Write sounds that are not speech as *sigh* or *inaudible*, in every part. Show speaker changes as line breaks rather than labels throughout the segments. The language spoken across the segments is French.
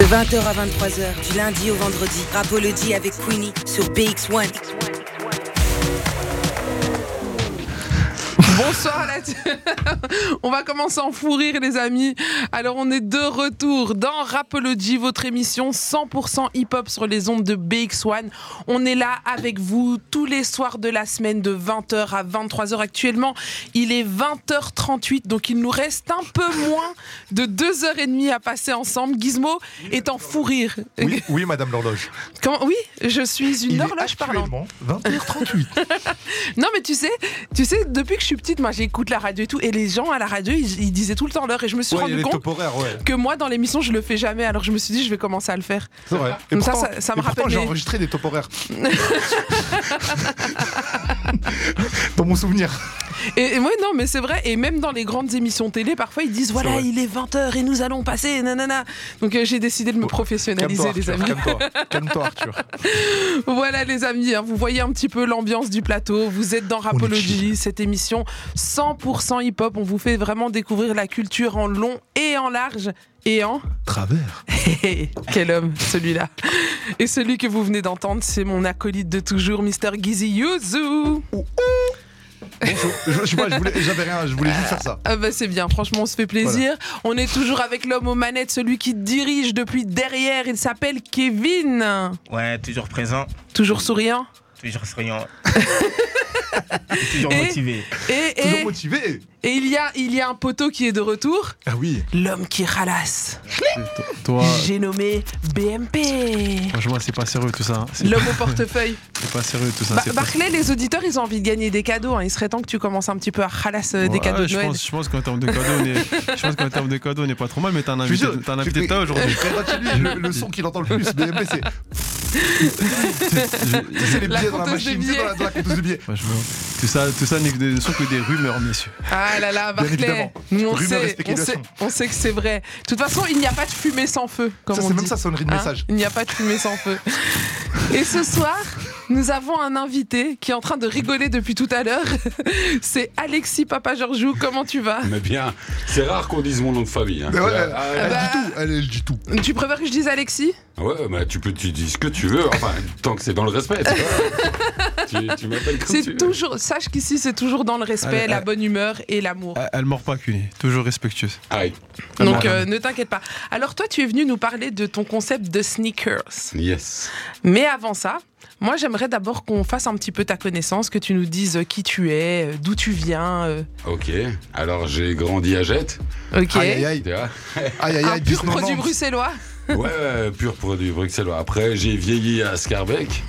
20h à 23h, du lundi au vendredi, Rapology avec Queenie sur BX1.
Bonsoir la *laughs* On va commencer en fou rire les amis. Alors on est de retour dans Rapology, votre émission 100% hip-hop sur les ondes de BX1. On est là avec vous tous les soirs de la semaine de 20h à 23h actuellement. Il est 20h38 donc il nous reste un peu moins de 2h30 à passer ensemble. Gizmo est en fou rire. *laughs*
Oui, oui, madame l'horloge.
Comment- oui, je suis une
Il est
horloge parlante.
actuellement
*laughs*
20h38.
Non, mais tu sais, tu sais, depuis que je suis petite, moi j'écoute la radio et tout, et les gens à la radio, ils, ils disaient tout le temps l'heure, et je me suis
Ouais, il y
rendu
a les
compte
top horaires, ouais.
que moi dans l'émission je le fais jamais, alors je me suis dit je vais commencer à le faire.
C'est vrai. Et
Comme ça,
pourtant-
ça- ça me
et pourtant,
rappelle
J'ai
les-
enregistré des
*laughs*
top horaires. Dans mon souvenir.
Et, et ouais, non, mais c'est vrai, et même dans les grandes émissions télé, parfois ils disent voilà,
vrai.
il est 20h et nous allons passer, nanana. Donc euh, j'ai décidé de me professionnaliser,
Calme-toi,
les
Arthur.
amis.
Calme-toi, Calme-toi, Arthur.
Voilà les amis, hein, vous voyez un petit peu l'ambiance du plateau, vous êtes dans Rapology, cette émission 100% hip-hop, on vous fait vraiment découvrir la culture en long et en large et en...
Travers.
Hey, *laughs* quel homme, celui-là. Et celui que vous venez d'entendre, c'est mon acolyte de toujours, Mr. Gizzy Yuzu.
Bonjour. Je, je sais pas, je voulais- j'avais rien, je voulais juste faire ça.
Ah bah c'est bien, franchement, on se fait plaisir. On est toujours avec l'homme aux manettes, celui qui dirige depuis derrière. Il s'appelle Kevin.
Ouais, toujours présent,
Toujours souriant.
toujours souriant. Et toujours
Et-
motivé.
Et,
Toujours
et,
motivé.
et il, y a, il y a un poteau qui est de retour.
Ah oui.
L'homme qui ralasse.
Toi,
J'ai nommé BMP.
franchement, c'est pas sérieux tout ça. hein. C'est
L'homme au portefeuille.
c'est pas sérieux
Ah,
tout ça.
Bah,
c'est pas-
Barclay, les auditeurs, ils ont envie de gagner des cadeaux. hein. Il serait temps que tu commences un petit peu à ralasse euh, des
Ouais,
cadeaux de
je
Noël.
pense, je pense qu'en termes de cadeaux, on est,
*laughs*
je pense qu'en termes de cadeaux, on est pas trop mal, mais t'as un
Je suis
invité,
sûr,
t'as un
je-
invité de toi
*laughs*
*laughs* aujourd'hui.
Red Hot Chili, le, le son qu'il entend le plus, BMP,
*laughs*
c'est tu sais, c'est les
La
billets dans la
compteuse de
machine, tu sais, dans la, dans la compteuse de billets.
Franchement, tout ça, tout ça n'est que des- ne sont que des rumeurs, messieurs.
Ah là là, Barclay,
évidemment.
nous on
Rumeur et
sait, on
spéculation.
sait, on sait que c'est vrai. De toute façon, il n'y a pas de fumée sans feu, comme
Ça,
on
c'est même
dit.
ça, sonnerie de
Hein
message.
il n'y a pas de fumée sans feu. Et ce soir, nous avons un invité qui est en train de rigoler depuis tout à l'heure. *laughs* C'est Alexis Papa Georgiou. Comment tu vas
Mais bien, c'est rare qu'on dise mon nom de famille. hein.
Mais ouais, elle,
Ah,
elle
bah-
dit tout, elle, elle dit tout.
Tu préfères que je dise Alexis
ouais, bah, tu peux, tu dis ce que tu veux, enfin, tant que c'est dans le respect. tu
*laughs*
vois. tu tu m'appelles comme tu
C'est
veux.
toujours. Sache qu'ici, c'est toujours dans le respect,
Allez,
la
allez.
bonne humeur et l'amour.
Elle- Elle mord pas qu'une, toujours respectueuse.
Aïe,
Donc
bon.
euh, ne t'inquiète pas. Alors toi, tu es venu nous parler de ton concept de sneakers.
yes.
Mais avant ça, moi j'aimerais d'abord qu'on fasse un petit peu ta connaissance, que tu nous dises euh, qui tu es, euh, d'où tu viens. euh.
Ok, alors j'ai grandi à Jette.
Ok.
Ah,
Aïe aïe aïe,
tu vois.
aïe aïe
un
aïe,
pur
Disneyland.
produit bruxellois.
Ouais, ouais, pur produit bruxellois. Après, j'ai vieilli
*laughs*
à Scarbeck.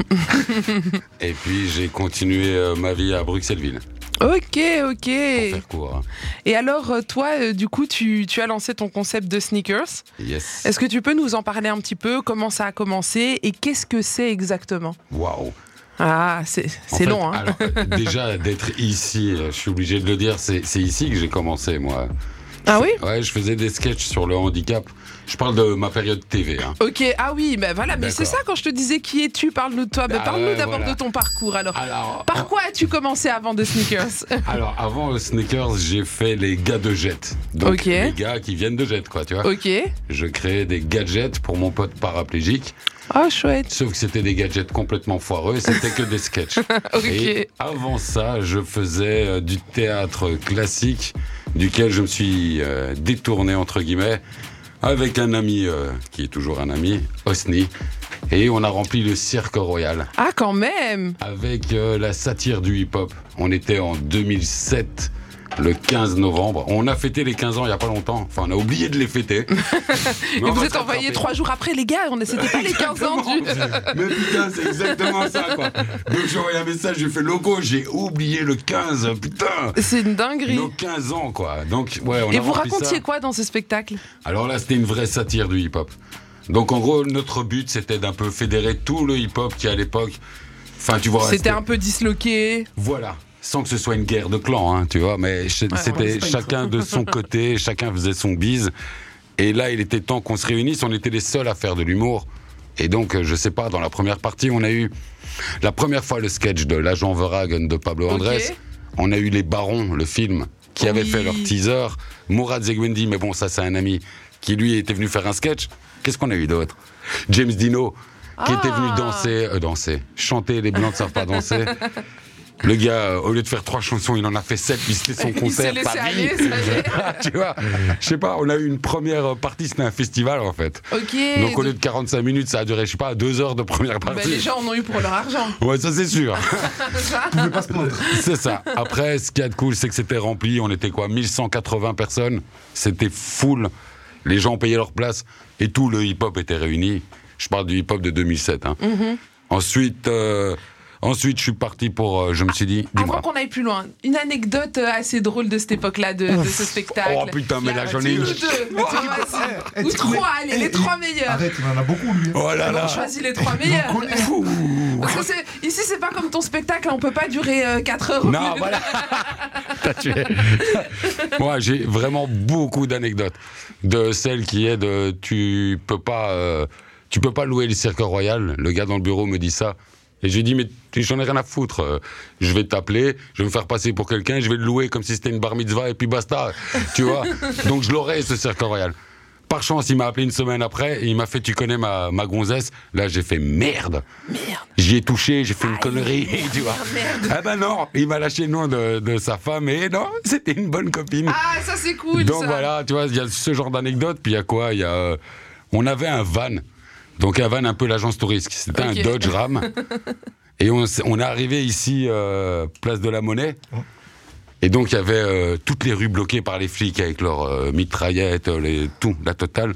Et puis, j'ai continué euh, ma vie à Bruxelleville,
Ok, ok.
pour faire court. hein.
Et alors euh, toi, euh, du coup, tu, tu as lancé ton concept de sneakers.
Yes.
Est-ce que tu peux nous en parler un petit peu Comment ça a commencé Et qu'est-ce que c'est exactement
Waouh.
Ah, c'est
En
c'est
fait,
long, hein
alors, euh, déjà, d'être ici, euh, je suis obligé de le dire, c'est c'est ici que j'ai commencé, moi.
Ah oui
Ouais, je faisais des sketchs sur le handicap. Je parle de ma période TV. Hein.
Ok, ah oui, ben voilà, mais c'est ça
D'accord.
quand je te disais qui es-tu, parle-nous de toi. Ben,
Ah
parle-nous
ouais,
d'abord
voilà. Ah.
de ton parcours alors. *laughs*
Alors,
Par quoi as-tu commencé avant de
*laughs*
sneakers
alors, avant le sneakers, j'ai fait les gars de Jet. Donc,
Ok.
les gars qui viennent de Jet, quoi, tu vois.
Ok.
Je créais des gadgets pour mon pote paraplégique,
Ah, chouette.
sauf que c'était des gadgets complètement foireux, c'était que des sketchs.
*laughs* Ok.
Et avant ça, je faisais euh, du théâtre classique, duquel je me suis euh, détourné, entre guillemets, avec un ami, euh, qui est toujours un ami, Osni. Et on a rempli le Cirque Royal
Ah, quand même
avec euh, la satire du hip-hop. On était en 2007. Le 15 novembre, on a fêté les 15 ans il n'y a pas longtemps. Enfin, on a oublié de les
*laughs*
fêter. Mais
Et
on
vous
va
êtes
se
envoyé
rattraper.
trois jours après, les gars, on a- c'était pas
*laughs*
les 15 ans du...
Mais putain, c'est exactement ça, quoi. Donc j'ai envoyé un message, j'ai fait logo, j'ai oublié le 15, putain.
*laughs* C'est une dinguerie.
Nos 15 ans, quoi. Donc, ouais, on
Et
a
vous
rempli
racontiez
ça.
quoi dans ce spectacle
Alors là, c'était une vraie satire du hip-hop. Donc, en gros, notre but, c'était d'un peu fédérer tout le hip-hop qui, à l'époque. Enfin, tu vois.
C'était un peu disloqué.
Voilà. Sans que ce soit une guerre de clans, hein, tu vois. Mais ch-
ouais,
c'était chacun de son
*laughs*
côté, chacun faisait son bise. Et là, il était temps qu'on se réunisse. On était les seuls à faire de l'humour. Et donc, euh, je sais pas, dans la première partie, on a eu la première fois le sketch de l'agent Verhagen de Pablo
Ok.
Andrés. On a eu Les Barons, le film, qui avait
Oui.
fait leur teaser. Mourad Zegwendi, mais bon, ça, c'est un ami, qui lui était venu faire un sketch. Qu'est-ce qu'on a eu d'autre James Dino, qui était venu
Ah.
danser, euh, danser, chanter. Les blancs ne savent pas danser. Le gars, euh, au lieu de faire trois chansons, il en a fait sept, puis c'était son
Il
concert.
s'est laissé
sa
aller,
vie.
ça y est.
*laughs* tu vois, je sais pas, on a eu une première euh, partie, c'était un festival en fait.
Ok.
Donc au
donc-
lieu de 45 minutes, ça a duré, je sais pas, deux heures de première
bah,
partie.
les gens en ont eu pour leur argent.
Ouais, ça c'est sûr.
*laughs* Ça,
C'est ça. Après, ce qu'il y a de cool, c'est que c'était rempli. On était quoi 1180 personnes. C'était full. Les gens payaient leur place. Et tout le hip-hop était réuni. Je parle du hip-hop de 2007. hein.
Mm-hmm.
Ensuite, euh, ensuite, je suis parti pour. euh, je me suis dit,
Ah, Avant
dis-moi.
qu'on aille plus loin, une anecdote euh, assez drôle de cette époque-là, de, de ce spectacle.
Oh putain, mais
La-
là j'en ai
Ou
une.
deux, Oh,
Eh,
vas-y. ou trois, allez, les trois meilleurs.
*laughs* Arrête, il en a beaucoup, lui. hein,
Oh là là.
Choisis les trois meilleurs. Parce que c'est- ici, c'est pas comme ton spectacle, on peut pas durer 4 heures.
Non, voilà. T'as tué. Moi, j'ai vraiment beaucoup d'anecdotes. De celle qui est de tu peux pas, euh, tu peux pas louer le cirque royal. Le gars dans le bureau me dit ça. Et j'ai dit, mais tu- j'en ai rien à foutre. Euh, Je vais t'appeler, je vais me faire passer pour quelqu'un, je vais le louer comme si c'était une bar mitzvah et puis basta. Tu vois Donc je l'aurai, ce cirque royal. Par chance, il m'a appelé une semaine après et il m'a fait Tu connais ma, ma gonzesse Là, j'ai fait merde.
Merde.
J'y ai touché, j'ai fait une
Aïe.
connerie, tu vois.
Merde.
Ah bah non, il m'a lâché le nom de, de sa femme et non, c'était une bonne copine.
Ah, ça c'est cool.
Donc
ça.
voilà, tu vois, il y a ce genre d'anecdote, puis il y a quoi Il y a, euh, on avait un van, donc un van un peu l'agence touriste, c'était
Ok.
un
*laughs*
Dodge Ram, et on, s- on est arrivé ici euh, place de la Monnaie.
Oh.
Et donc il y avait euh, toutes les rues bloquées par les flics avec leurs euh, mitraillettes, euh, les, tout, la totale.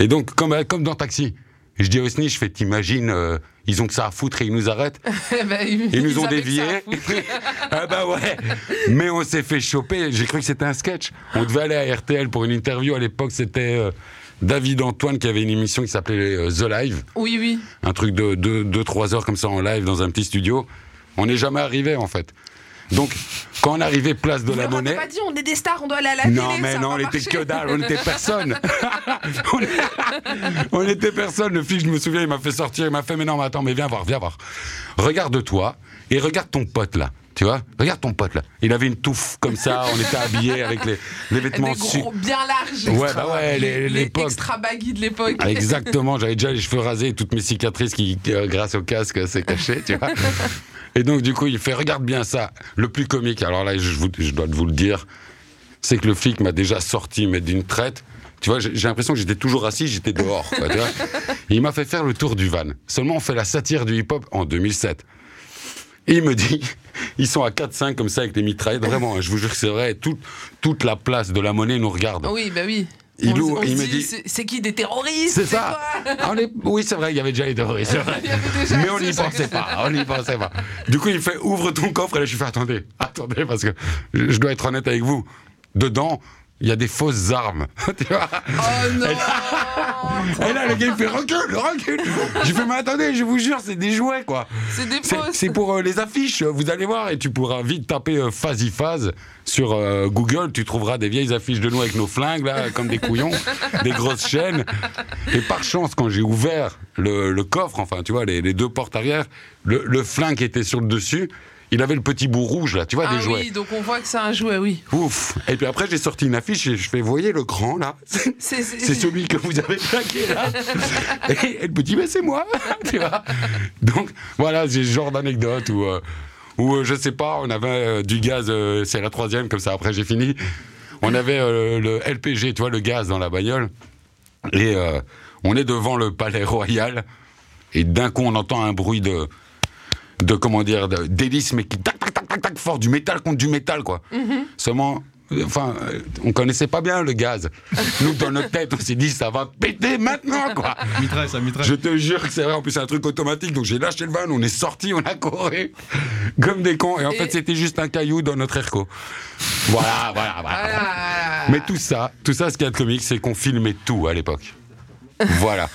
Et donc comme euh, comme dans Taxi, je dis à Osni, je fais t'imagines, euh, ils ont que ça à foutre et ils nous arrêtent.
*laughs* Eh ben, ils,
Ils nous ont
avaient que ça à
déviés.
foutre.
*laughs* ah bah ouais. Mais on s'est fait choper. J'ai cru que c'était un sketch. On devait aller à RTL pour une interview. À l'époque, c'était euh, David Antoine qui avait une émission qui s'appelait euh, The Live.
Oui, oui.
Un truc de 2-3 heures comme ça en live dans un petit studio. On n'est jamais arrivé en fait. Donc, quand on arrivait place de la
Alors, on n'a
Monnaie.
pas dit, on est des stars, on doit aller à la
Non,
télé,
mais
ça
non,
va
on était
marcher. Eh *laughs*
que dalle, on était personne. on, on était personne. Le flic, je me souviens, il m'a fait sortir, il m'a fait, mais non, mais attends, mais viens voir, viens voir. Regarde-toi et regarde ton pote là. Tu vois Regarde ton pote là. Il avait une touffe comme ça, on était habillés avec les, les vêtements
Des
su-
ben, gros, bien larges.
Ouais,
extra-
bah ouais, les- l'époque.
extra baggy de l'époque.
Ah, Exactement, j'avais déjà les cheveux rasés et toutes mes cicatrices qui, euh, grâce au casque, s'est caché, tu vois. Et donc, du coup, il fait Regarde bien ça. Le plus comique, alors là, je, vous- je dois vous le dire, c'est que le flic m'a déjà sorti, mais d'une traite. Tu vois, j'ai j'ai l'impression que j'étais toujours assis, j'étais dehors. quoi, tu vois. Et il m'a fait faire le tour du van. Seulement, on fait la satire du hip-hop en 2007. Et il me dit, *laughs* ils sont à 4-5 comme ça avec les mitraillettes. Vraiment, hein, je vous jure que c'est vrai. Toute, toute la place de la monnaie nous regarde.
Oui, bah oui.
Il
On-
ouvre,
on
il
se
me dit-
c'est- C'est qui des terroristes
C'est ça. Ah,
quoi
On est- Oui, c'est vrai, il y avait déjà les terroristes, c'est vrai.
Il y avait déjà
*laughs* Mais on
ce
n'y
genre de-
pensait pas, on n'y pensait pas. Du coup, il fait ouvre ton coffre et là, je fais attendez, attendez, parce que je je dois être honnête avec vous. Dedans, il y a des fausses armes. *laughs* tu vois
Oh non Oh
*laughs* et là, le gars, il fait recule, recule. J'ai fait mais attendez, je vous jure, c'est des jouets, quoi.
C'est des
C'est-
fausses.
C'est pour euh, les affiches, euh, vous allez voir, et tu pourras vite taper euh, Fazy Faz sur euh, Google, tu trouveras des vieilles affiches de nous avec nos flingues, là, comme des couillons,
*laughs*
des grosses chaînes. Et par chance, quand j'ai ouvert le, le coffre, enfin, tu vois, les, les deux portes arrière, le, le flingue qui était sur le dessus, il avait le petit bout rouge, là, tu vois,
Ah
des jouets.
oui, donc on voit que c'est un jouet, oui.
Ouf Et puis après, j'ai sorti une affiche et je fais, voyez le grand, là
C'est
c'est celui que vous avez plaqué là. Et elle me dit, mais c'est moi, *laughs* tu vois. Donc voilà, j'ai ce genre d'anecdote où, euh, où euh, je sais pas, on avait euh, du gaz, euh, c'est la troisième, comme ça après j'ai fini. On avait euh, le LPG, tu vois, le gaz dans la bagnole. Et euh, on est devant le palais royal. Et d'un coup, on entend un bruit de. de comment dire, de- d'hélice, mais qui tac, tac, tac, tac, tac, fort, du métal contre du métal, quoi. Seulement. euh, Enfin, euh, on connaissait pas bien le *laughs* gaz. Nous, dans notre tête, on s'est dit, ça va péter maintenant, quoi.
Mitraille, ça, mitraille.
Je te jure que c'est vrai. En plus, c'est un truc automatique. Donc, j'ai lâché le van, on est sorti, on a couru comme des cons. Et en
Et-
fait, c'était juste un caillou dans notre airco. Voilà, voilà, voilà.
Voilà.
Mais tout ça, tout ça, ce qu'il y a de comique, c'est qu'on filmait tout à l'époque. *laughs* Voilà.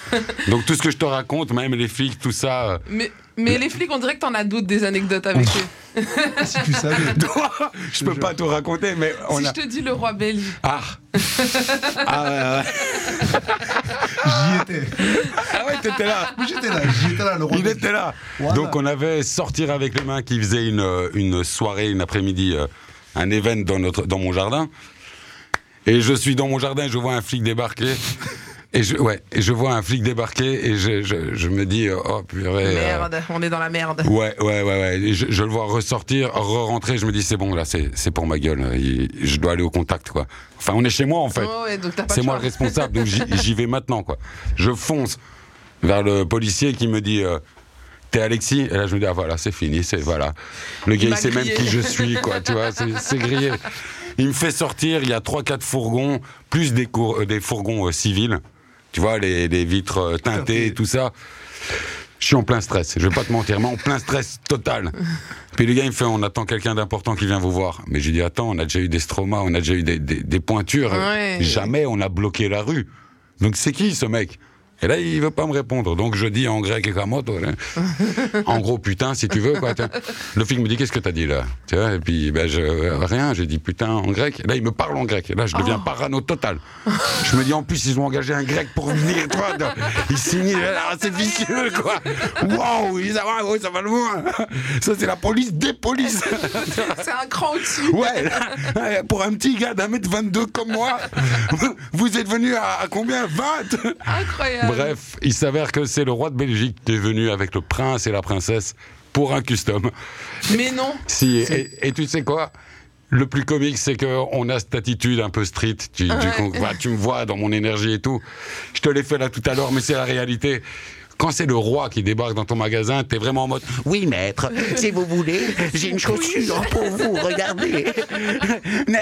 Donc, tout ce que je te raconte, même les flics, tout ça. euh,
Mais, mais les flics, on dirait que t'en as d'autres des anecdotes avec eux.
Si tu savais.
je peux pas tout raconter, mais on
Si
a.
je te dis le roi Belge.
Ah Ah ouais, ouais.
J'y étais.
Ah ouais, t'étais là
Mais J'étais là, j'étais là, le roi.
Il
des-
était là
Voilà.
Donc on avait Sortir avec les mains qui faisait une, euh, une soirée, une après-midi, euh, un event dans, notre, dans mon jardin. Et je suis dans mon jardin et je vois un flic débarquer. Et je, ouais, et je vois un flic débarquer et je, je- je me dis, euh, oh purée. euh,
Merde, on est dans la merde.
Ouais, ouais, ouais, ouais. Et Je, je le vois ressortir, re-rentrer. Je me dis, c'est bon, là, c'est c'est pour ma gueule. Il- je dois aller au contact, quoi. Enfin, on est chez moi, en fait.
Oh Ouais, ouais, donc t'as pas
C'est
le
moi
choix.
le responsable, donc j'y j'y vais maintenant, quoi. Je fonce vers le policier qui me dit. euh, T'es Alexis Et là, je me dis, ah voilà, c'est fini, c'est voilà. Le
Il
gars,
m'a
il sait même
grillé.
qui je suis, quoi, tu vois, c'est c'est grillé. Il me fait sortir, il y a 3-4 fourgons, plus des, cour- euh, des fourgons euh, civils, tu vois, les, les vitres euh, teintées, et tout ça. Je suis en plein stress, je vais pas te mentir, mais en plein stress total. Puis le gars, il me fait, on attend quelqu'un d'important qui vient vous voir. Mais j'ai dit, attends, on a déjà eu des stromas, on a déjà eu des, des- des pointures.
Ouais.
Jamais on a bloqué la rue. Donc c'est qui ce mec Et là, il veut pas me répondre. Donc je dis en grec et en gros, putain, si tu veux, quoi. tu vois. Le flic me dit, qu'est-ce que t'as dit là Tu vois, Et puis, ben, je, euh, rien, j'ai dit putain en grec. Là, il me parle en grec. Et là, je deviens parano total. Je me dis, en plus, ils ont engagé un grec pour venir, toi. Ils signent, ah, c'est vicieux, quoi. Waouh, ils- ah, ouais, ça va le loin. Ça, c'est la police des polices.
C'est un cran au-dessus.
Ouais, là, pour un petit gars d'un mètre 22 comme moi, vous êtes venu à, à combien 20
Incroyable.
Bref, il s'avère que c'est le roi de Belgique qui est venu avec le prince et la princesse pour un custom.
Mais non.
Si, et, et tu sais quoi le plus comique, c'est qu'on a cette attitude un peu street. Tu, tu
Ouais.
con- voilà, tu me vois dans mon énergie et tout. Je te l'ai fait là tout à l'heure, mais c'est la réalité. Quand c'est le roi qui débarque dans ton magasin, t'es vraiment en mode
Oui,
*laughs*
maître, si vous voulez, j'ai une chaussure pour vous,
*laughs*
regardez.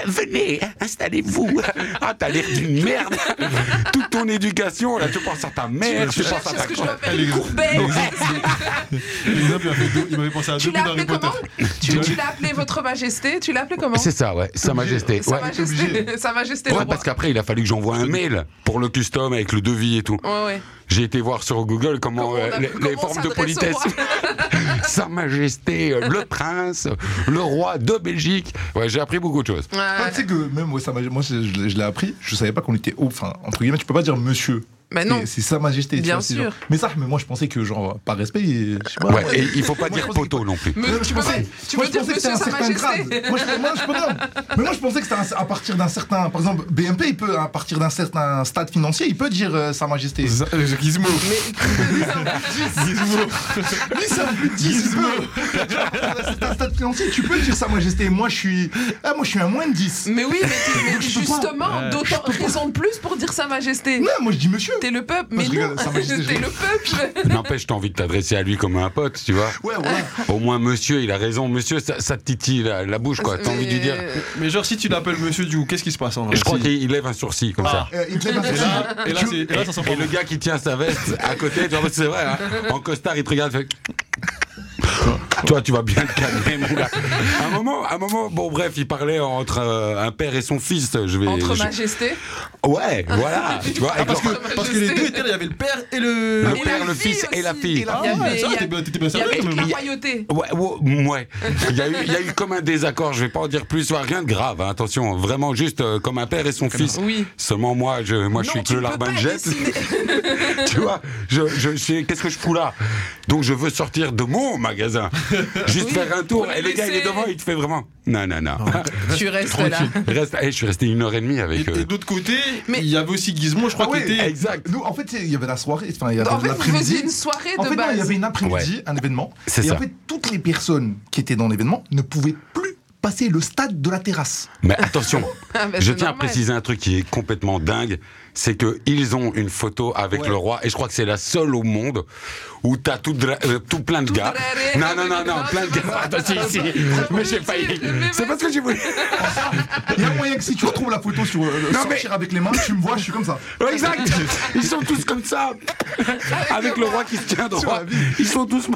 Venez, installez-vous. Ah, t'as l'air d'une merde. Toute ton éducation, là, tu penses à ta mère, tu
Je
penses à
cherche
ta
ce que je dois faire
Elle est
une
grosse.
courbelle.
L'exemple, il m'a fait deux- il m'avait pensé à
Tu
deux coups
l'as
d'Harry
appelé
Potter.
comment tu, tu l'as appelé Votre Majesté Tu l'as appelé comment
C'est ça, ouais, Sa Majesté.
hein Sa
ouais.
Majesté. Sa Majesté. le
Ouais,
roi.
parce qu'après, il a fallu que j'envoie un mail pour le custom avec le devis et tout.
Ouais, ouais.
J'ai été voir sur Google comment,
Comment on
euh,
a-
les,
comment
les
on
formes de
s'adresse au *laughs*
politesse.
roi
Sa Majesté, euh, le prince, le roi de Belgique. Ouais, j'ai appris beaucoup de choses.
Ouais.
Ah, tu sais que même moi, ça m'a- moi je, je l'ai- je l'ai appris, je savais pas qu'on était haut. Enfin, entre guillemets, tu peux pas dire monsieur.
Bah non.
C'est- C'est Sa Majesté. tu
Bien
vois, c'est
sûr.
genre- Mais ça, mais moi je pensais que, genre, par respect, je sais pas.
Ouais, et il faut
Moi,
pas
je
dire
pense que-
poteau non plus.
Mais
Moi,
tu
je
peux
pensais-
pas- Ah tu
moi,
peux
je
dire
pensais que c'était
monsieur
un
Sa
certain grade.
Majesté.
Moi, je, moi, je peux dire- mais moi, je pensais que c'était un- à partir d'un certain. Par exemple, BMP, il peut, à partir d'un certain stade financier, il peut dire euh, Sa Majesté.
Z- euh, Gizmo. Gizmo.
Lui, c'est un plus petit, tu peux. Genre, C'est un stade financier, tu peux dire Sa Majesté. Moi, je suis. Ah, moi, je suis un moins de 10.
Mais oui, mais, tu- mais
*laughs* Je peux pas.
justement, d'autant raison de plus pour dire Sa Majesté.
Non, moi, je dis monsieur.
T'es le peuple, mais
je
non,
rigole, Sa Majesté,
*laughs*
je
t'es le
rigole.
peuple.
*laughs* N'empêche, t'as envie de t'adresser à lui comme un pote, tu vois.
Ouais, voilà.
Au moins, monsieur, il a raison. Monsieur, ça, ça te titille la, la bouche, quoi. T'as envie de lui dire.
Mais-
Mais genre, si tu l'appelles monsieur, du coup, qu'est-ce qui se passe en vrai
Je crois
Si-
qu'il lève un sourcil comme ça.
Euh, il te lève un
Et
sourcil.
là, et là, c'est- et là, ça sent pas
Et le gars qui tient sa veste à côté, tu vois, parce que c'est vrai, hein, en costard, il te regarde, il fait. Toi, tu vas bien te calmer, mon gars. Un moment, un moment, bon, bref, il parlait entre euh, un père et son fils. Je vais.
Entre
je-
majesté.
Ouais, voilà. Tu vois,
Ah,
avec
parce
leur-
que, parce que les deux étaient là, il y avait le père et le.
le
Et
père,
la
le
fille
fils et la
aussi.
fille.
Et la-
Ah,
Il y avait-
ouais, ça,
il y a-
t'étais bien- t'étais
Il
bien
y
sérieux
avait
quand
de la
même.
royauté.
Ouais, ouais, ouais. Il y, a eu, il y a eu comme un désaccord, je vais pas en dire plus, ouais, rien de grave, hein, attention, vraiment juste euh, comme un père et son fils.
Oui.
Seulement moi, je, moi je
Non,
suis que
tu
le
ne peux
larbin de
pas
jet. *laughs*
dessiner.
tu vois, je, je, je sais, qu'est-ce que je fous là Donc je veux sortir de mon
*laughs*
magasin, juste
Oui,
faire un tour.
pour
Et le gars, il est
laisser-
devant, il te fait vraiment. Non, non, non.
Tu restes là.
*laughs* Reste, eh, je suis resté une heure et demie
Et,
avec
et
eux.
d'autre côté,
Mais-
il y avait aussi Gizmo, je crois,
Ah ouais,
qui était.
Exact.
Nous, en fait, il y avait la soirée, enfin, il y
En
avait
fait, vous faisiez
l'après-midi.
une soirée
En
de
fait, non, il y
base.
avait une après-midi, un événement.
C'est
et
ça.
en fait, toutes les personnes qui étaient dans l'événement ne pouvaient plus passer le stade de la terrasse.
Mais
*laughs*
attention,
Ah, bah,
je
c'est
tiens à
normal.
préciser un truc qui est complètement dingue, c'est que ils ont une photo avec le roi, et je crois que c'est la seule au monde où t'as tout, dra- euh, tout plein de
Tout
gars.
draré.
Non, non, non, non,
Non,
plein de
c'est pas *laughs*
gars. Attends, si, si. mais j'ai failli.
Mais
C'est parce que j'ai voulu.
Il y a moyen que si tu retrouves la photo sur euh, le
Non,
sortir avec les mains, tu me vois, je suis comme ça.
Ouais, exact Ils sont tous comme
*laughs*
ça Avec le roi qui se tient droit. Ils sont tous.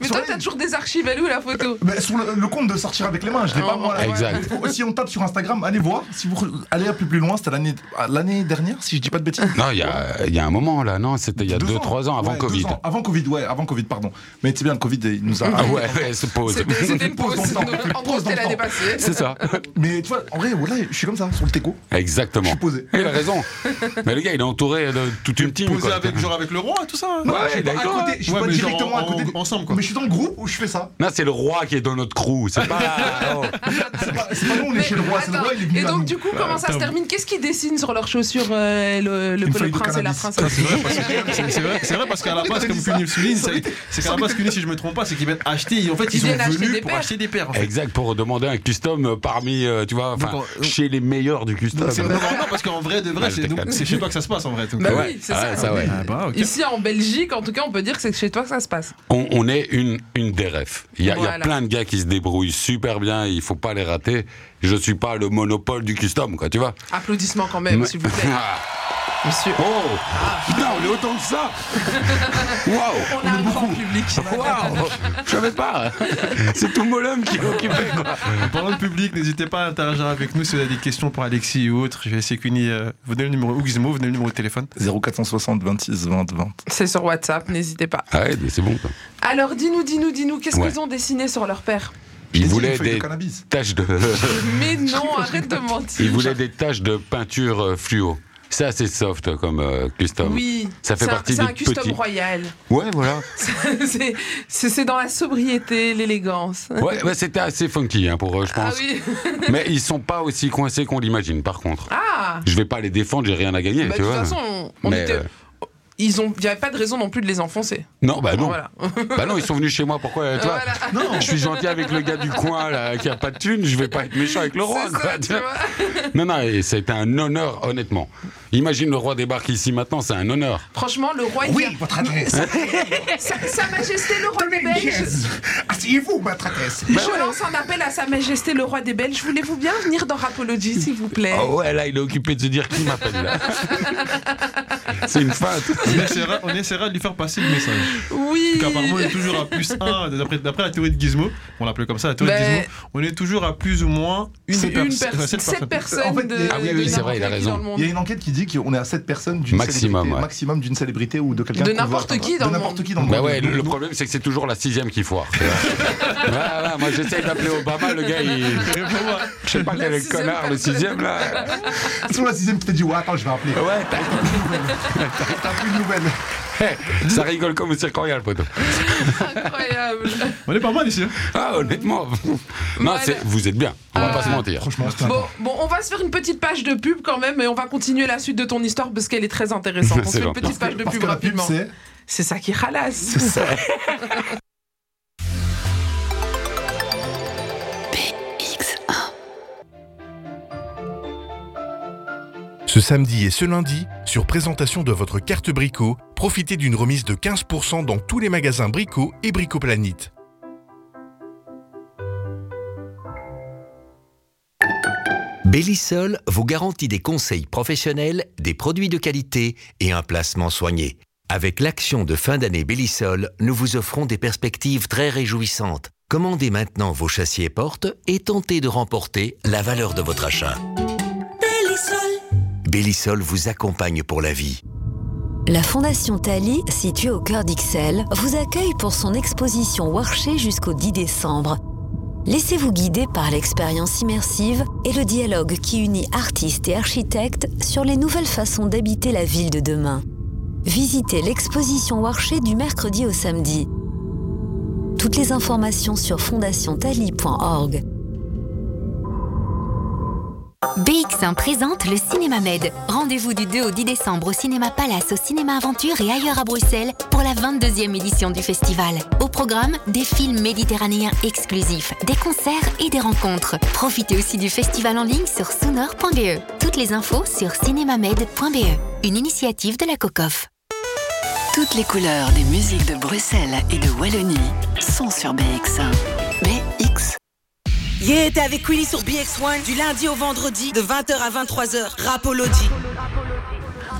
Mais toi, t'as toujours des archives, elle est où la photo
Mais sur le, le compte de sortir avec les mains, je l'ai pas
Oh,
moi. là.
exact.
Faut- Si on tape sur Instagram, allez voir. Si vous re- allez un peu plus loin, c'était l'année ah, l'année dernière, si je dis pas de bêtises.
Non, il y a, il y a un moment là, non C'était il y a
Deux
2-3 ans. avant
Ouais, deux
Covid.
ans. Avant Covid, ouais, avant Covid, pardon. Mais tu sais bien, le Covid, il nous a.
Ah ouais, *laughs* ouais, c'est pause.
C'était c'était une
Pause
pause.
dans le temps.
donc, En gros,
Pause
t'es
dans le
la
temps.
dépassée.
C'est ça.
Mais tu vois, en vrai, voilà, je suis comme ça, sur le teco. Je
*laughs* Exactement.
suis posé.
Il a raison. Mais le gars, il est entouré de toute une team.
Posé
quoi.
avec, genre avec le roi et tout ça. hein
Non,
Ouais,
je suis pas à
d'accord.
côté, je suis
Ouais,
pas
mais genre
directement
en-
à côté.
en- ensemble, quoi.
Mais je suis dans le groupe où je fais ça.
Non, c'est le roi qui est dans notre crew. C'est pas. Oh.
C'est pas, c'est pas nous, on est
Mais
chez le roi, c'est le
attends,
roi, il est venu
Et
à
donc,
nous.
du coup, comment ça se termine Qu'est-ce qu'ils dessinent sur leurs chaussures euh, euh, le, le-
Une
le
feuille de
prince et la
cannabis.
Ah,
princesse.
c'est vrai, parce que- c'est- c'est vrai, c'est vrai parce qu'à *laughs* la base, comme Cuny le souligne, c'est c'est qu'à la base, Cuny, si je me trompe pas, c'est qu'ils viennent acheter. En fait, ils,
Ils
sont
viennent acheter
venus
des
pour
paires.
acheter des paires. En fait.
Exact, pour demander un custom euh, parmi, euh, tu vois, enfin,
Donc, on-
chez les meilleurs du custom.
C'est vraiment parce qu'en vrai, de vrai,
Ah, je
c'est
t'ai
donc,
calme.
c'est chez toi que ça se passe en vrai. euh, tout.
Bah
Ouais.
oui, c'est ça.
Ah, ça, ouais.
Ah bah, ok.
Ici en Belgique, en tout cas, on peut dire que c'est chez toi que ça se passe.
On, on est une, une DRF. Il y, a, il y a
Voilà.
plein de gars qui se débrouillent super bien, il faut pas les rater. Je suis pas le monopole du custom, quoi, tu vois.
Applaudissements quand même,
Mais-
s'il vous
*laughs*
plaît,
Ah.
monsieur.
Oh Putain, on est autant que *laughs* ça Waouh
On a un grand public.
Waouh Je savais pas C'est tout Molum qui est occupé, quoi
En parlant de public, n'hésitez pas à interagir avec nous si vous avez des questions pour Alexis ou autre. Je vais essayer Cuny. euh, vous donnez le numéro ou Gizmo, vous donnez le numéro de téléphone.
0460 26 20 20.
C'est sur WhatsApp, n'hésitez pas.
Ah ouais, mais c'est bon, quoi.
Alors dis-nous, dis-nous, dis-nous, qu'est-ce
Ouais.
qu'ils ont dessiné sur leur père
Il voulait
des
des
cannabis.
taches de... *laughs*
Mais non, arrête de mentir.
Il voulait des taches de peinture euh, fluo. C'est assez soft euh, comme euh, custom.
Oui,
Ça fait
c'est un-
partie
c'est
des
un custom
petits.
royal. *laughs*
Ouais, voilà.
C'est- C'est c'est dans la sobriété, l'élégance.
Ouais, ouais, c'était assez funky hein, pour eux, je
Ah
pense.
oui.
Mais ils sont pas aussi coincés qu'on l'imagine, par contre.
Ah.
Je vais pas les défendre, j'ai rien à gagner,
Bah, de
tu
toute
vois.
façon, on- on
Mais,
était-
euh,
Ils ont, il n'y avait pas de raison non plus de les enfoncer.
Non, bah non. *laughs*
Voilà.
Bah non, ils sont venus chez moi, pourquoi euh, tu vois, Je suis gentil avec le gars du coin là, qui a pas de thune, je vais pas être méchant avec le roi.
C'est
quoi,
ça,
tu
tu
vois.
vois.
Non, non, et c'est un honneur, honnêtement. Imagine le roi débarque ici maintenant, c'est un honneur.
Franchement, le roi. il
Oui,
vient-
votre adresse.
*laughs* Sa, Sa Majesté le roi des Belges.
Yes.
Ah,
Asseyez-vous, votre adresse.
Bah
Je lance un appel à Sa Majesté le roi des Belges. Voulez-vous bien venir dans Rapology, s'il vous plaît
Oh ouais, là, il est occupé de se dire qui m'appelle
*laughs*
là. c'est une feinte.
On essaiera, on essaiera de lui faire passer le message.
Oui.
Donc, apparemment, on est toujours à plus 1, d'après, d'après la théorie de Gizmo, on l'appelait comme ça, la théorie de
Mais-
Ben,
Gizmo, on est toujours à plus ou moins une,
C'est
pers-
une
enfin,
personne.
sept
Sept
personnes.
personnes
En fait,
de.
il y a-
Ah oui, oui,
de
c'est vrai, il
n'importe
a
qui
raison.
dans le monde.
Il y a une enquête qui dit qu'on est à 7 personnes d'une
Maximum,
célébrité,
ouais.
maximum d'une célébrité ou de quelqu'un
De
qu'on veut
n'importe
atteindre.
qui dans
de
le
n'importe
monde.
qui dans le
Bah
monde.
ouais, le, le problème c'est que c'est toujours la sixième qui foire. tu vois.
*laughs*
voilà, moi j'essaye d'appeler Obama, le gars il. *laughs* Je sais pas quel est le
sixième
connard, le
personne.
sixième là.
C'est toujours la sixième qui t'a dit ouais attends je vais appeler.
Ouais,
T'as plus de nouvelles.
t'as- ça rigole comme au cirque royal, poteau.
*laughs*
Incroyable.
On est pas mal ici. hein.
Ah, honnêtement. *laughs* Non,
Voilà.
c'est- vous êtes bien, on va pas
Ah.
se mentir.
Franchement, c'est
Bon,
sympa.
bon, on va se faire une petite page de pub quand même et on va continuer la suite de ton histoire parce qu'elle est très
*laughs*
intéressante. On se
C'est
fait une
gentil.
petite page de
Parce
pub
que la pub
rapidement.
c'est
C'est ça qui ralasse.
Ce samedi et ce lundi, sur présentation de votre carte Brico, profitez d'une remise de 15% dans tous les magasins Brico et Brico Planète.
Bellisol vous garantit des conseils professionnels, des produits de qualité et un placement soigné. Avec l'action de fin d'année Bellisol, nous vous offrons des perspectives très réjouissantes. Commandez maintenant vos châssis et portes et tentez de remporter la valeur de votre achat. Bellisol vous accompagne pour la vie.
La Fondation Tali, située au cœur d'Ixelles, vous accueille pour son exposition Warché jusqu'au 10 décembre. Laissez-vous guider par l'expérience immersive et le dialogue qui unit artistes et architectes sur les nouvelles façons d'habiter la ville de demain. Visitez l'exposition Warché du mercredi au samedi. Toutes les informations sur fondationtali.org.
BX1 présente le Cinéma Med. Rendez-vous du 2 au 10 décembre au Cinéma Palace, au Cinéma Aventure et ailleurs à Bruxelles pour la 22e édition du festival. Au programme, des films méditerranéens exclusifs, des concerts et des rencontres. Profitez aussi du festival en ligne sur soonor.be. Toutes les infos sur cinémamed.be. E. Une initiative de la COCOF.
Toutes les couleurs des musiques de Bruxelles et de Wallonie sont sur BX1. BX.
Yeah, t'es avec Queenie sur BX1 du lundi au vendredi de 20h à 23h. Rapology.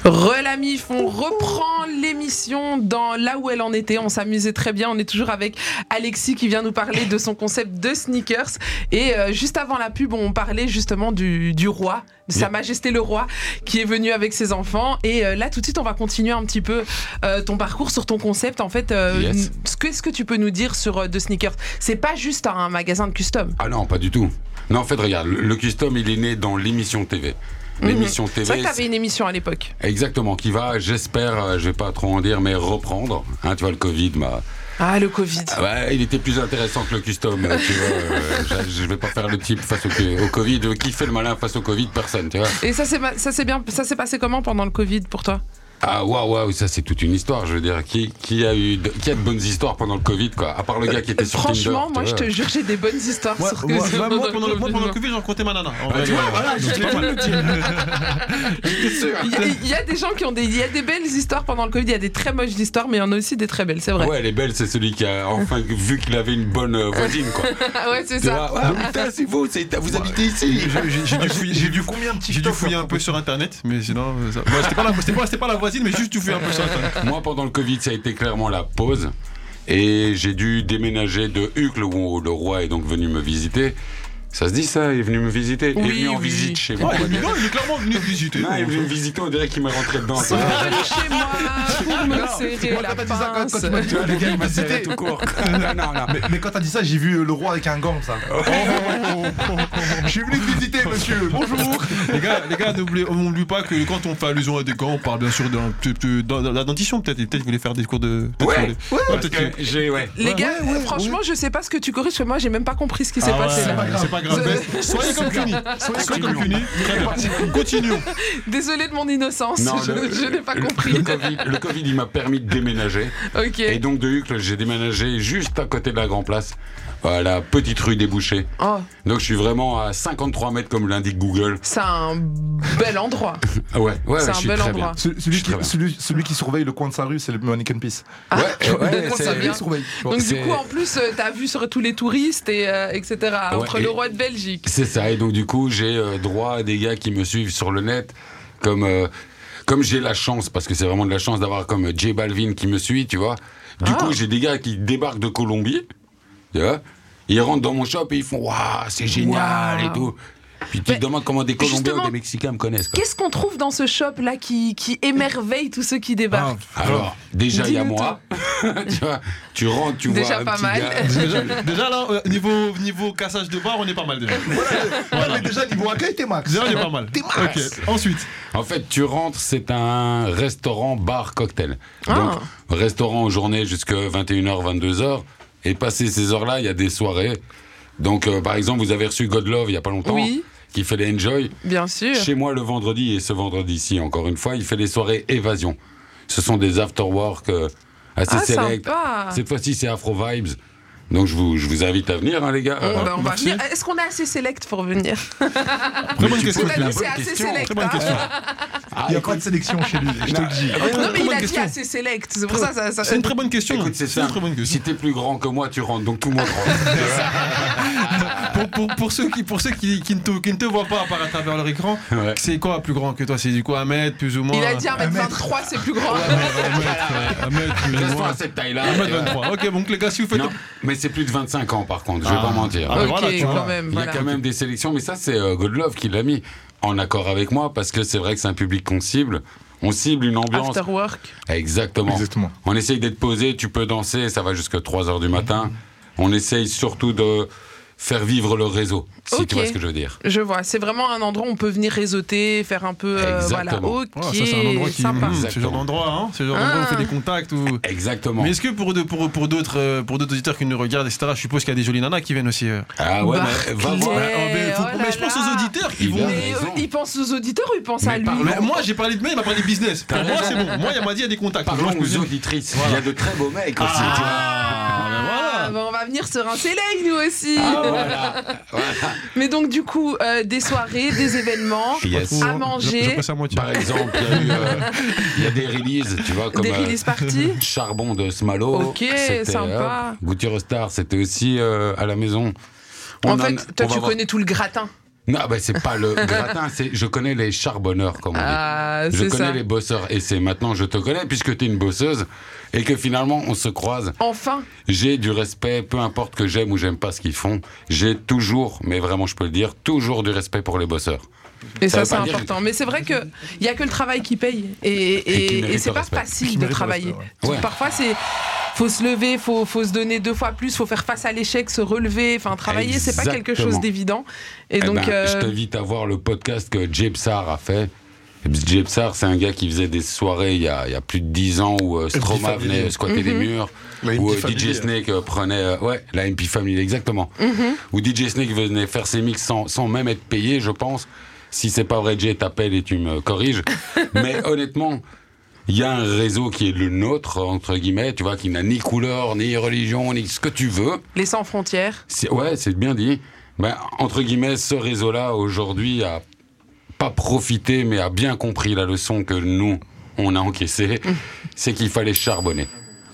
Relamif, on reprend l'émission dans là où elle en était. On s'amusait très bien. On est toujours avec Alexis qui vient nous parler de son concept de sneakers. Et euh, juste avant la pub, on parlait justement du, du roi, de Sa Majesté le roi, qui est venu avec ses enfants. Et euh, là, tout de suite, on va continuer un petit peu euh, ton parcours sur ton concept. En fait, euh,
Yes.
ce que- qu'est-ce que tu peux nous dire sur euh, de sneakers C'est pas juste un magasin de custom.
Ah non, pas du tout. Non, en fait, regarde, le- le custom, il est né dans l'émission TV. L'émission
Mhm. C'est vrai
TV,
que t'avais une émission à l'époque.
Exactement, qui va, j'espère, euh, je vais pas trop en dire, mais reprendre. Hein, tu vois, le Covid m'a
Ah, le Covid.
bah, il était plus intéressant que le custom. euh, tu vois,
*laughs*
euh, je- je vais pas faire le type face au, au Covid. Euh, Qui fait le malin face au Covid Personne, tu vois.
Et ça s'est ma- ça s'est bien, ça s'est passé comment pendant le Covid pour toi
Ah waouh waouh, ça c'est toute une histoire. Je veux dire, qui, qui a eu de, qui a de bonnes histoires pendant le Covid quoi À part le gars qui était sur
Franchement,
Tinder,
moi
tu
je
vois.
te jure, j'ai des bonnes histoires
Moi,
sur que
Bah, moi-
sur
moi, moi,
notre
pendant le, moi, pendant le
confinement.
Covid, j'en comptais ma nana. En
Ah,
vrai,
tu vois,
ouais.
voilà,
Donc,
je
c'est pas mal.
Il y a- il y, a des gens qui ont des, il y a des belles histoires pendant le Covid, il y a des très moches histoires, mais il y en a aussi des très belles, c'est vrai.
Ouais, elle est belle, c'est celui qui a enfin *laughs* vu qu'il avait une bonne euh, voisine *laughs* quoi.
*laughs* ouais, c'est
Tu
ça.
vois, ouais, mais putain, c'est vous, c'est- vous habitez ici.
J'ai- j'ai- J'ai dû fouiller, j'ai
*laughs*
dû- j'ai dû fouiller un peu sur internet, mais sinon. euh, ça- Bon, c'était pas, la- c'était pas- c'était pas la voisine, mais juste tu fouilles un peu sur internet.
Moi, pendant le Covid, ça a été clairement la pause. Et j'ai dû déménager de Hucle, où le roi est donc venu me visiter. Ça se dit ça, il est venu me visiter. il est venu en visite chez moi.
Ouais, il est- non, il est clairement venu visiter.
Non, Ah, il est venu me visiter, on dirait qu'il m'est rentré dedans.
Sont venus chez moi pour me serrer
moi,
la
quand t'as dit ça, quand- quand
pince.
tu m'as dit-
Tu vois, le gars,
*laughs*
il m'a
Visiter.
serré tout court. Non, non, non.
*laughs* Mais, mais quand t'as dit ça, j'ai vu euh, le roi avec un gant, ça. *laughs* Je suis venu te visiter, monsieur. Bonjour.
*laughs* Les gars, les gars n'oubliez- on n'oublie pas que quand on fait allusion à des gants, on parle bien sûr d'un- de, de- de- de la dentition, peut-être. Et Peut-être qu'il voulait faire des cours de. peut-être
Ouais,
qu'il voulait-
ouais,
peut-être
parce
qu'il-
que j'ai- ouais.
Les gars, franchement, je sais pas ce que tu corriges, parce que moi j'ai même pas compris ce qui s'est
Ah ouais,
passé là.
C'est pas grave. mais Soyez comme Cuny. Soyez soyez comme Cuny. Très bien.
*laughs*
Continuons.
Désolé de mon innocence,
Non,
je,
le-
je n'ai pas
le-
compris.
Le COVID, le Covid, il m'a permis de déménager.
Ok.
Et donc de Hucle, j'ai déménagé juste à côté de la Grand Place, à la petite rue des Bouchers.
Oh,
Donc je suis vraiment à 53 mètres comme l'indique Google.
c'est un bel endroit.
Ah ouais, ouais,
C'est
ouais,
un
je suis
bel
très
endroit.
bien.
Ce- celui, qui,
très bien.
celui, celui qui surveille le coin de sa rue, c'est le Mannequin Peace.
Ah,
Ouais, *laughs* ouais,
Comment ça
c'est-
vient
surveille.
Donc du
C'est-
coup, en plus, euh, t'as vu sur tous les touristes et euh, etc. entre
et-
le roi de Belgique.
C'est ça, et donc du coup, j'ai euh, droit à des gars qui me suivent sur le net, comme, euh, comme j'ai la chance, parce que c'est vraiment de la chance d'avoir comme euh, J Balvin qui me suit, tu vois. Du
Ah.
coup, j'ai des gars qui débarquent de Colombie, tu vois. Ils rentrent dans mon shop et ils font Waouh, c'est génial
Waouh.
et tout. Puis tu te demandes comment des Colombiens
justement,
ou des Mexicains me connaissent. quoi.
Qu'est-ce qu'on trouve dans ce shop là qui, qui émerveille tous ceux qui débarquent
Ah.
Alors, déjà, il y a
Dis-nous
moi. *laughs* tu vois, tu rentres, tu
Déjà
vois un
pas
petit
mal.
gars.
Déjà, déjà, là, euh, niveau, niveau cassage de bar, on est pas mal déjà.
Ouais, mais déjà, niveau accueil, t'es max.
Déjà, on est pas mal.
T'es
Ok.
max.
Ensuite.
En fait, tu rentres, c'est un restaurant, bar, cocktail.
Ah.
Donc, restaurant en journée jusqu'à 21h, 22h. Et passé ces heures-là, il y a des soirées. Donc, euh, par exemple, vous avez reçu God Love il n'y a pas longtemps,
Oui.
qui fait les Enjoy.
Bien sûr.
Chez moi, le vendredi, et ce vendredi-ci, encore une fois, il fait les soirées Évasion. Ce sont des after-work euh, assez
Ah,
select.
sympa.
Cette fois-ci, c'est Afro Vibes. Donc, je vous, je vous invite à venir, hein, les gars.
Bon,
Ah.
Euh,
bah, on va
merci.
venir. Est-ce qu'on est assez select pour venir
Très bonne question.
C'est la
Claire.
vie, c'est assez
question.
select.
Très bonne
hein.
question.
Ah,
Il n'y a pas de sélection chez lui, je te le dis.
Non, mais
Ah, Très
il a
bonne
dit
question.
assez select. C'est pour ça ça. ça-
C'est une très bonne question. hein.
Écoute, c'est
C'est une
simple.
très bonne question.
Si t'es plus grand que moi, tu rentres. Donc, tout le monde rentre.
*laughs*
pour, pour, pour ceux qui, pour ceux qui, qui ne, te, qui ne te voient pas à part à travers leur écran,
Ouais.
c'est quoi plus grand que toi C'est du quoi un mètre plus ou moins
Il a dit 1m23, c'est plus grand.
un mètre, ouais, un mètre plus ou
Restons
moins.
à cette taille-là. Euh,
Un mètre 23. Ok, donc les gars, si vous faites.
Non, mais c'est plus de 25 ans par contre, je vais pas mentir.
Ah,
Ok,
voilà, tu vois.
quand même.
Il y
voilà.
a quand même des sélections, mais ça c'est euh, Godlove qui l'a mis en accord avec moi parce que c'est vrai que c'est un public qu'on cible. On cible une ambiance.
After work.
Exactement.
Exactement.
On essaye d'être posé, tu peux danser, ça va jusqu'à 3 heures du matin. On essaye surtout de faire vivre le réseau, si
Ok.
tu vois ce que je veux dire.
Je vois, c'est vraiment un endroit où on peut venir réseauter, faire un peu. euh, voilà,
Exactement.
ok,
Ouais, ça, c'est un endroit qui.
sympa.
Mmh,
Exactement.
ce genre d'endroit, hein. C'est le genre d'endroit où on fait des contacts. Ou...
Exactement.
Mais est-ce que pour, de- pour, pour d'autres euh, pour d'autres auditeurs qui nous regardent, etc., je suppose qu'il y a des jolies nanas qui viennent aussi. euh.
Ah ouais,
Bah,
mais va voir.
Ouais,
Ah, mais, faut-
oh
mais
là
je pense
là.
aux auditeurs qui
Il
vont.
a-
Mais eux,
raison.
ils pensent aux auditeurs ou ils pensent
Mais
à lui
parlons-
Mais moi, j'ai parlé de mails, il m'a parlé de business. Pour moi, c'est bon. Moi, il m'a dit il y a des contacts. Moi,
Parlons
je me
aux
dis-
auditrices. Il y a de très beaux mecs aussi. tu vois.
Ah, ben
Ah,
voilà.
bah, on va venir sur un soleil nous aussi.
Ah, voilà. Voilà.
Mais donc du coup, euh, des soirées, des événements,
Yes. Bah,
à manger,
hein. Je- je passe à moitié.
Par exemple, il y, a eu, euh, il y a des releases, tu vois, comme
des
euh,
release parties.
Charbon de Smalo.
Ok,
C'était,
sympa.
hop, Goûter au Star, c'était aussi euh, à la maison. *laughs* On
en
a-
fait, toi
on va
tu
voir-
connais tout le gratin.
Non, bah, c'est
*laughs*
pas le gratin, c'est je connais les charbonneurs, comme on
Ah,
dit. Je
c'est
connais
ça.
les bosseurs et c'est maintenant je te connais puisque t'es une bosseuse et que finalement on se croise.
Enfin,
J'ai du respect, peu importe que j'aime ou j'aime pas ce qu'ils font. J'ai toujours, mais vraiment je peux le dire, toujours du respect pour les bosseurs.
et ça,
Ça veut
c'est
pas dire-
important. Mais c'est vrai que il y a que le travail qui paye et,
Et qui
et,
mérite
et c'est
le
pas
respect.
facile
Qui
de
mérite le
travailler.
respect,
ouais. Ouais.
Parfois c'est faut se lever, faut faut se donner deux fois plus, faut faire face à l'échec, se relever. Enfin, travailler, c'est pas quelque chose
Exactement.
d'évident. Et
Eh
donc
ben,
euh,
je t'invite à voir le podcast que Jeb Sarr a fait. Jepsar, c'est un gars qui faisait des soirées il y a, il y a plus de 10 ans où euh, Stroma
Family.
venait squatter les
Mhm.
murs,
La
où
MP
euh,
Family.
DJ Snake euh, prenait. euh, ouais, la MP Family, exactement.
Mhm.
Où DJ Snake venait faire ses mix sans, sans même être payé, je pense. Si c'est pas vrai, Jay, t'appelles et tu me corriges. Mais honnêtement, il y a un réseau qui est le nôtre, entre guillemets, tu vois, qui n'a ni couleur, ni religion, ni ce que tu veux.
Les sans frontières.
C'est- ouais, c'est bien dit. Ben, entre guillemets, ce réseau-là, aujourd'hui, a pas profité, mais a bien compris la leçon que nous, on a encaissée, c'est qu'il fallait charbonner.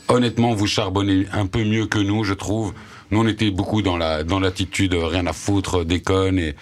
Honnêtement, vous charbonnez un peu mieux que nous, je trouve. Nous, on était beaucoup dans la dans l'attitude euh, rien à foutre, euh, déconne, et...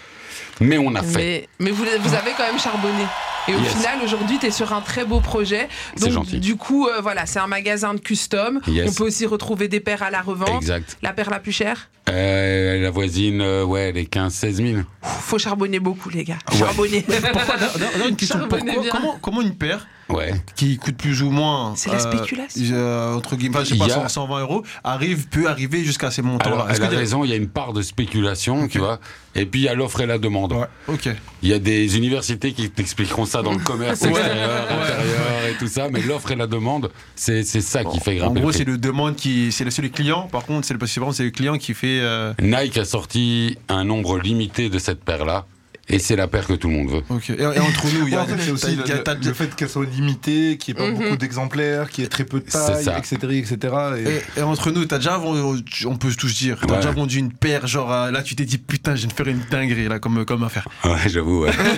mais on a fait.
Mais, mais vous, vous avez quand même charbonné. Et au
Yes.
final, aujourd'hui, tu es sur un très beau projet.
C'est
Donc,
gentil.
du coup, euh, voilà, c'est un magasin de custom.
Yes.
On peut aussi retrouver des paires à la revente.
Exact.
La paire la plus chère,
Euh, la voisine, euh, ouais, les 15-16 000.
faut charbonner beaucoup, les gars.
Ouais.
Charbonner.
Pourquoi Non, non, une question.
Charbonner
Pourquoi-
bien.
comment, comment une paire
Ouais.
qui coûte plus ou moins
C'est la spéculation.
euh, entre guillemets, enfin, je sais
Il
pas,
y
100,
a-
120 euros arrive peut arriver jusqu'à ces montants-là.
Alors,
Est-ce
elle a
que-
raison, il y a une part de spéculation, tu vois. Et puis, il y a l'offre et la demande.
Ok.
Il y a des universités qui t'expliqueront ça dans le
*laughs*
commerce
Ouais.
extérieur,
Ouais.
intérieur et tout ça, mais l'offre et la demande, c'est c'est ça qui fait
En
grimper.
gros,
le prix.
c'est le demande qui, c'est le, c'est le client. Par contre, c'est le parce que vraiment, c'est le client qui fait. euh,
Nike a sorti un nombre limité de cette paire-là, et c'est la paire que tout le monde veut.
Ok. Et, et entre nous, il y a
en fait, c'est aussi le,
t'as- t'as-
le- le fait qu'elle soit limitée, qu'il n'y ait pas
Mhm.
beaucoup d'exemplaires, qu'il y ait très peu de
C'est
taille,
ça.
etc., etc. Et...
Euh,
Et, et entre nous, t'as déjà vendu, on peut tous dire, t'as
Ouais.
déjà vendu une paire, genre euh, là tu t'es dit putain, je viens de faire une dinguerie là comme, comme affaire.
*laughs* Ouais, j'avoue, ouais.
*laughs*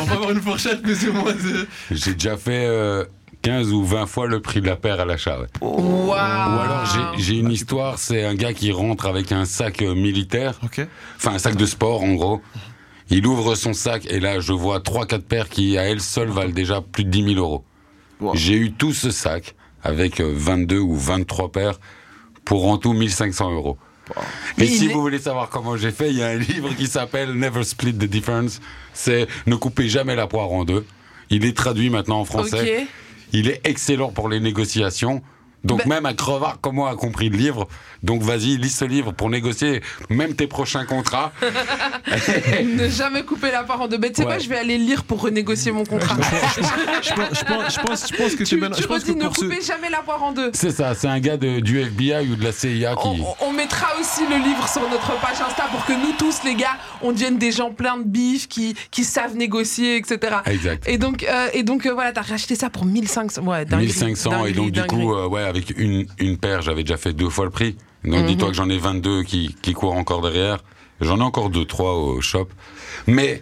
on va avoir une fourchette plus ou moins. de-
*laughs* J'ai déjà fait euh, 15 ou 20 fois le prix de la paire à l'achat. ouais.
Waouh.
*laughs*
Ah.
Ou alors j'ai- j'ai une histoire, c'est un gars qui rentre avec un sac euh, militaire, enfin un sac de sport en gros. Il ouvre son sac et là je vois 3-4 paires qui à elles seules valent déjà plus de 10 000 euros. J'ai eu tout ce sac avec euh, 22 ou 23 paires pour en tout 1500 euros. Et si vous voulez savoir comment j'ai fait, il y a un livre qui s'appelle Never Split the Difference. C'est Ne coupez jamais la poire en deux. Il est traduit maintenant en français.
Ok.
Il est excellent pour les négociations. Donc
Bah-
même un crevard comme moi a compris le livre. Donc vas-y, lis ce livre pour négocier même tes
*laughs*
prochains contrats.
ne jamais couper la part en deux. Mais tu sais
Ouais.
quoi, je vais aller lire pour renégocier mon
*laughs*
contrat.
Je pense, je pense, je pense, je pense que
tu,
tu, mènes-
tu
je pense que
redis ne
pour ce-
coupez jamais la part en deux.
C'est ça, c'est un gars de- du FBI ou de la CIA qui...
On mettra aussi le livre sur notre page Insta pour que nous tous, les gars, on devienne des gens pleins de bif qui, qui savent négocier, etc.
Exact.
Et donc, euh, et donc euh, voilà, t'as racheté ça pour 1500. Ouais, dinguerie,
1500 et
dinguerie,
donc du
dinguerie.
coup, euh, ouais, avec une, une paire, j'avais déjà fait deux fois le prix. Donc
Mhm.
dis-toi que j'en ai 22 qui, qui courent encore derrière. J'en ai encore deux, trois au shop. Mais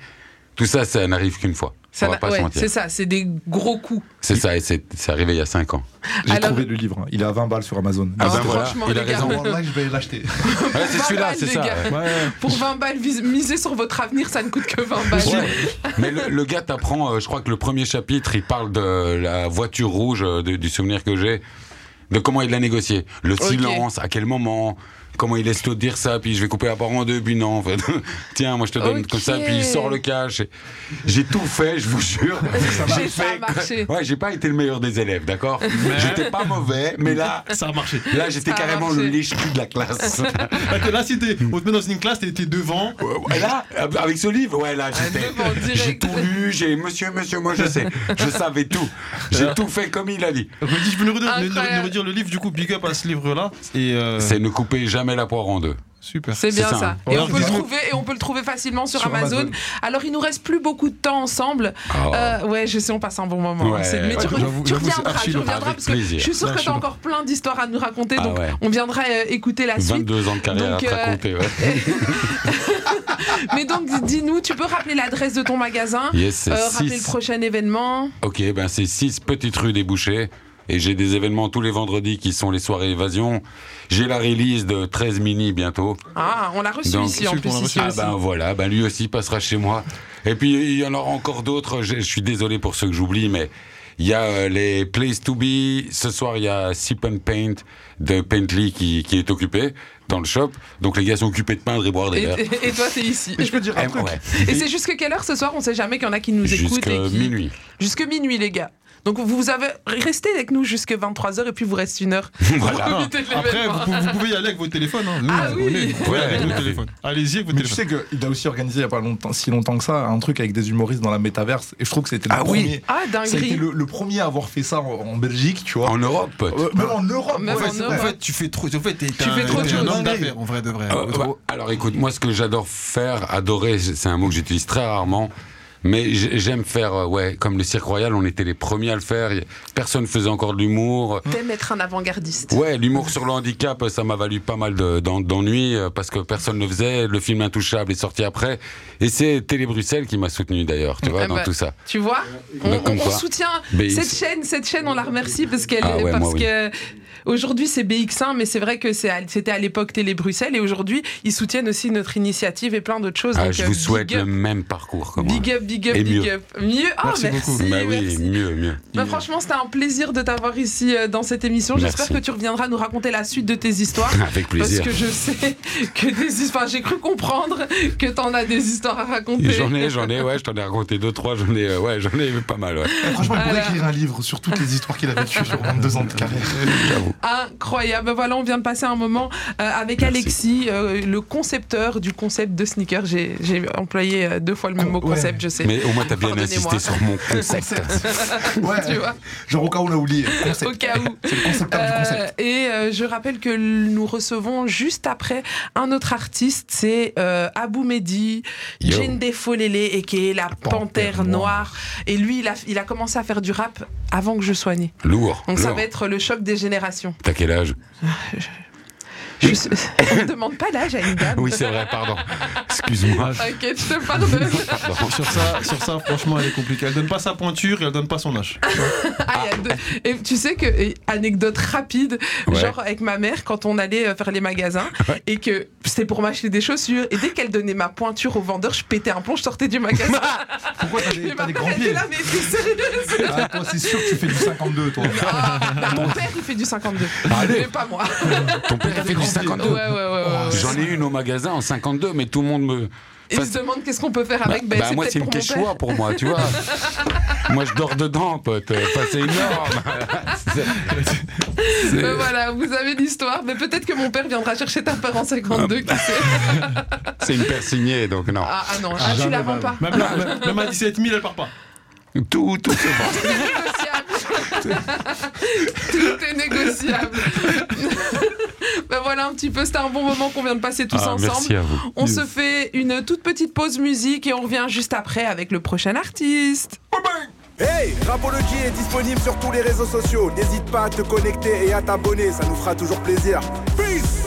tout ça, ça n'arrive qu'une fois.
Ça
On va
n'a-
pas se
ouais,
mentir.
c'est ça, c'est des gros coups.
C'est ça, et c'est c'est arrivé il y a 5 ans.
J'ai trouvé le livre, hein. il est à 20 balles sur Amazon.
Ah
bah,
ben voilà, il a
Hein, les gars. *laughs*
raison.
Là, je vais l'acheter.
Ouais, c'est
20
celui-là,
balles,
c'est
les
ça.
gars.
ouais.
Pour 20 balles, vis- miser sur votre avenir, ça ne coûte que 20 balles.
Ouais. Mais le, le gars t'apprend, euh, je crois que le premier chapitre, il parle de la voiture rouge, euh, de- du souvenir que j'ai, de comment il l'a négocié. Le
Ok.
silence, à quel moment, comment il laisse l'autre dire ça, puis je vais couper la parole en deux, puis non, en fait. *laughs* tiens, moi je te donne
Ok.
comme ça, puis il sort le cash. Et J'ai tout fait, je vous jure.
*laughs* J'ai ça a marché.
*laughs*
Ouais, j'ai pas été le meilleur des élèves, d'accord J'étais pas mauvais, mais là,
*laughs* ça a marché.
là j'étais
Ça a
carrément
marché.
le liche de la classe.
*laughs* Parce que là, si t'es- on te met dans une classe, t'es t'es devant.
Et là, avec ce livre, ouais, là, j'étais. J'ai tout lu, j'ai monsieur, monsieur, moi je sais. Je savais tout. J'ai tout fait comme il a dit.
Redis, je peux nous redire, nous- nous redire le livre, du coup, big up à ce livre-là. Et euh,
C'est ne couper jamais la poire en deux.
Super.
C'est bien ça.
hein.
Et on, peut le trouver, et on peut le trouver facilement sur,
Sur
Amazon.
Amazon.
Alors, il nous reste plus beaucoup de temps ensemble.
Ah.
Euh, ouais, je sais, on passe un bon moment. hein,
Ouais.
C'est- mais tu,
Ouais,
re-
j'avoue-
tu
j'avoue, c'est
reviendras,
archi
tu
long.
reviendras
Avec
parce que
plaisir.
je suis sûr
Ouais,
que
je
tu as
suis
encore plein d'histoires à nous raconter.
Ah
donc,
ouais.
on viendra euh, écouter la suite.
22 ans de carrière
Donc,
à te
euh,
raconter, ouais.
Mais donc, dis- dis-nous, tu peux rappeler l'adresse de ton magasin euh,
Yes,
euh,
c'est
Rappeler
six.
le prochain événement
Ok, ben c'est 6 petites rues débouchées. Et j'ai des événements tous les vendredis qui sont les soirées évasion. J'ai la release de 13 mini bientôt.
Ah, on l'a reçu
Donc-
ici en plus. Ici
ah
aussi.
ben voilà, ben lui aussi passera chez moi. Et puis il y en aura encore d'autres. Je, je suis désolé pour ceux que j'oublie, mais il y a euh, les Place to Be. Ce soir, il y a Sip and Paint de Paintly qui, qui est occupé dans le shop. Donc les gars sont occupés de peindre et boire des
Et,
verres.
et- et toi, t'es ici.
Mais je peux Eh, dire un
Et,
truc
c'est jusque quelle heure ce soir On sait jamais qu'il y en a qui nous écoutent. *laughs*
Jusque
et qui-
minuit.
Jusque minuit, les gars. Donc vous avez resté avec nous jusque 23h et puis vous reste une heure.
Voilà.
Pour profiter de
Après,
l'événement.
vous, vous pouvez y aller avec vos téléphones. Hein. Nous,
Ah
on
oui.
est- vous pouvez y aller avec vos téléphones. Allez-y avec vos
Mais tu
téléphones.
sais qu'il a aussi organisé il n'y a pas longtemps, si longtemps que ça un truc avec des humoristes dans la métaverse. Et je trouve que c'était le
Ah oui.
premier.
Ah, dinguerie.
Ça a été le, le premier à avoir fait ça en, en Belgique, tu vois.
En Europe, pote.
Euh, même en Europe.
Même
ouais,
en
c'est
Europe.
vrai.
En fait, tu fais trop. En fait, t'es
fais
un,
trop
t'es
de
un
choses.
homme d'affaires, en vrai de vrai.
Ah, bah, alors écoute, moi ce que j'adore faire, adorer, c'est c'est un mot que j'utilise très rarement, mais j'ai- j'aime faire, euh, ouais, comme le Cirque Royal, on était les premiers à le faire, y- personne faisait encore de l'humour.
T'aimes être un avant-gardiste.
Ouais, l'humour sur le handicap, ça m'a valu pas mal de- d'en- d'ennuis euh, parce que personne ne le faisait. Le film Intouchable est sorti après. Et c'est Télé Bruxelles qui m'a soutenu d'ailleurs, tu vois,
Eh
dans
ben,
tout ça.
Tu vois On,
Ben, comme
on- on
quoi.
soutient
BX.
cette chaîne, cette chaîne, on la remercie parce qu'elle
Ah ouais,
parce
moi, oui.
que aujourd'hui c'est BX1, mais c'est vrai que c'est à- c'était à l'époque Télé Bruxelles et aujourd'hui ils soutiennent aussi notre initiative et plein d'autres choses.
Ah,
Donc,
je
euh,
vous
big
souhaite
up,
le même parcours que moi.
Big up, big up,
Et
big
mieux.
up. Mieux Ah, merci.
Bah oui,
merci.
mieux, mieux.
Bah, franchement, c'était un plaisir de t'avoir ici euh, dans cette émission. J'espère
Merci.
que tu reviendras nous raconter la suite de tes
*laughs*
histoires.
*laughs* Avec plaisir.
Parce que je sais que des histoires. J'ai cru comprendre que t'en as des histoires à raconter.
J'en ai, j'en ai, ouais, je t'en ai raconté deux, trois, j'en ai, euh, ouais, j'en ai pas mal, ouais.
Franchement, il pourrait écrire un livre sur toutes les histoires qu'il a vécues sur 22 ans de carrière.
Incroyable. Voilà, on vient de passer un moment euh, avec Alexis, euh, le concepteur du concept de sneaker. J'ai j'ai employé euh, deux fois le même mot
ouais.
concept, je sais.
Mais au moins, t'as bien
Pardonnez-moi. *laughs*
insisté sur mon concept.
Ouais.
Tu vois
Genre au cas où on a oublié.
Au
Concept.
cas où.
C'est le concepteur du concept.
Euh, et euh, je rappelle que l- nous recevons juste après un autre artiste, c'est euh, Abou Mehdi,
Yo.
Jende Folele, et qui est la panthère noire. Et lui, il a, il a commencé à faire du rap avant que je sois né.
Lourd.
Donc ça
lourd.
va être le choc des générations.
T'as quel âge
Je sais- on ne demande pas l'âge à une dame.
Oui, c'est vrai, pardon. Excuse-moi.
T'inquiète, je te pardonne.
Pardon.
Sur ça, sur ça, franchement, elle est compliquée. Elle donne pas sa pointure et elle donne pas son âge.
Ah, il y a deux- Et tu sais que, et anecdote rapide,
Ouais.
genre avec ma mère, quand on allait euh, faire les
*laughs*
magasins et que c'était pour m'acheter des chaussures, et dès qu'elle donnait ma pointure au vendeur, je pétais un plomb, je sortais du
*laughs*
magasin.
Pourquoi t'as
Et
des, t'as
ma
des
mère
grands
était
pieds
là, mais t'es sérieuse
Ah, Toi, c'est sûr que
*laughs*
tu fais du 52, toi.
*laughs*
Ah, Mon père, il fait du 52.
Ah, Allez.
Mais pas moi.
Ton père a fait du 52.
Ouais, ouais, ouais. ouais, ouais.
J'en ai une au magasin en 52, mais tout le monde me.
Il se demande qu'est-ce qu'on peut faire avec.
Bah,
Ben,
bah, moi, c'est
peut-être
une
pour mon
quechua
père.
pour moi,
*laughs*
tu vois. moi, je dors dedans, pote. Enfin, c'est énorme. C'est-
Ben voilà, vous avez l'histoire, mais peut-être que mon père viendra chercher ta part en 52. qui sait.
Ah. c'est une paire signée, donc non.
Ah, ah non, ah, tu la vends pas.
Même, là, même- même à 17 000, elle part pas.
Tout, tout se vend.
Tout est négociable. *laughs* ben voilà un petit peu, c'était un bon moment qu'on vient de passer tous
Ah,
ensemble.
merci à vous.
On se fait une toute petite pause musique et on revient juste après avec le prochain artiste.
Hey Rapology est disponible sur tous les réseaux sociaux. N'hésite pas à te connecter et à t'abonner, ça nous fera toujours plaisir. Peace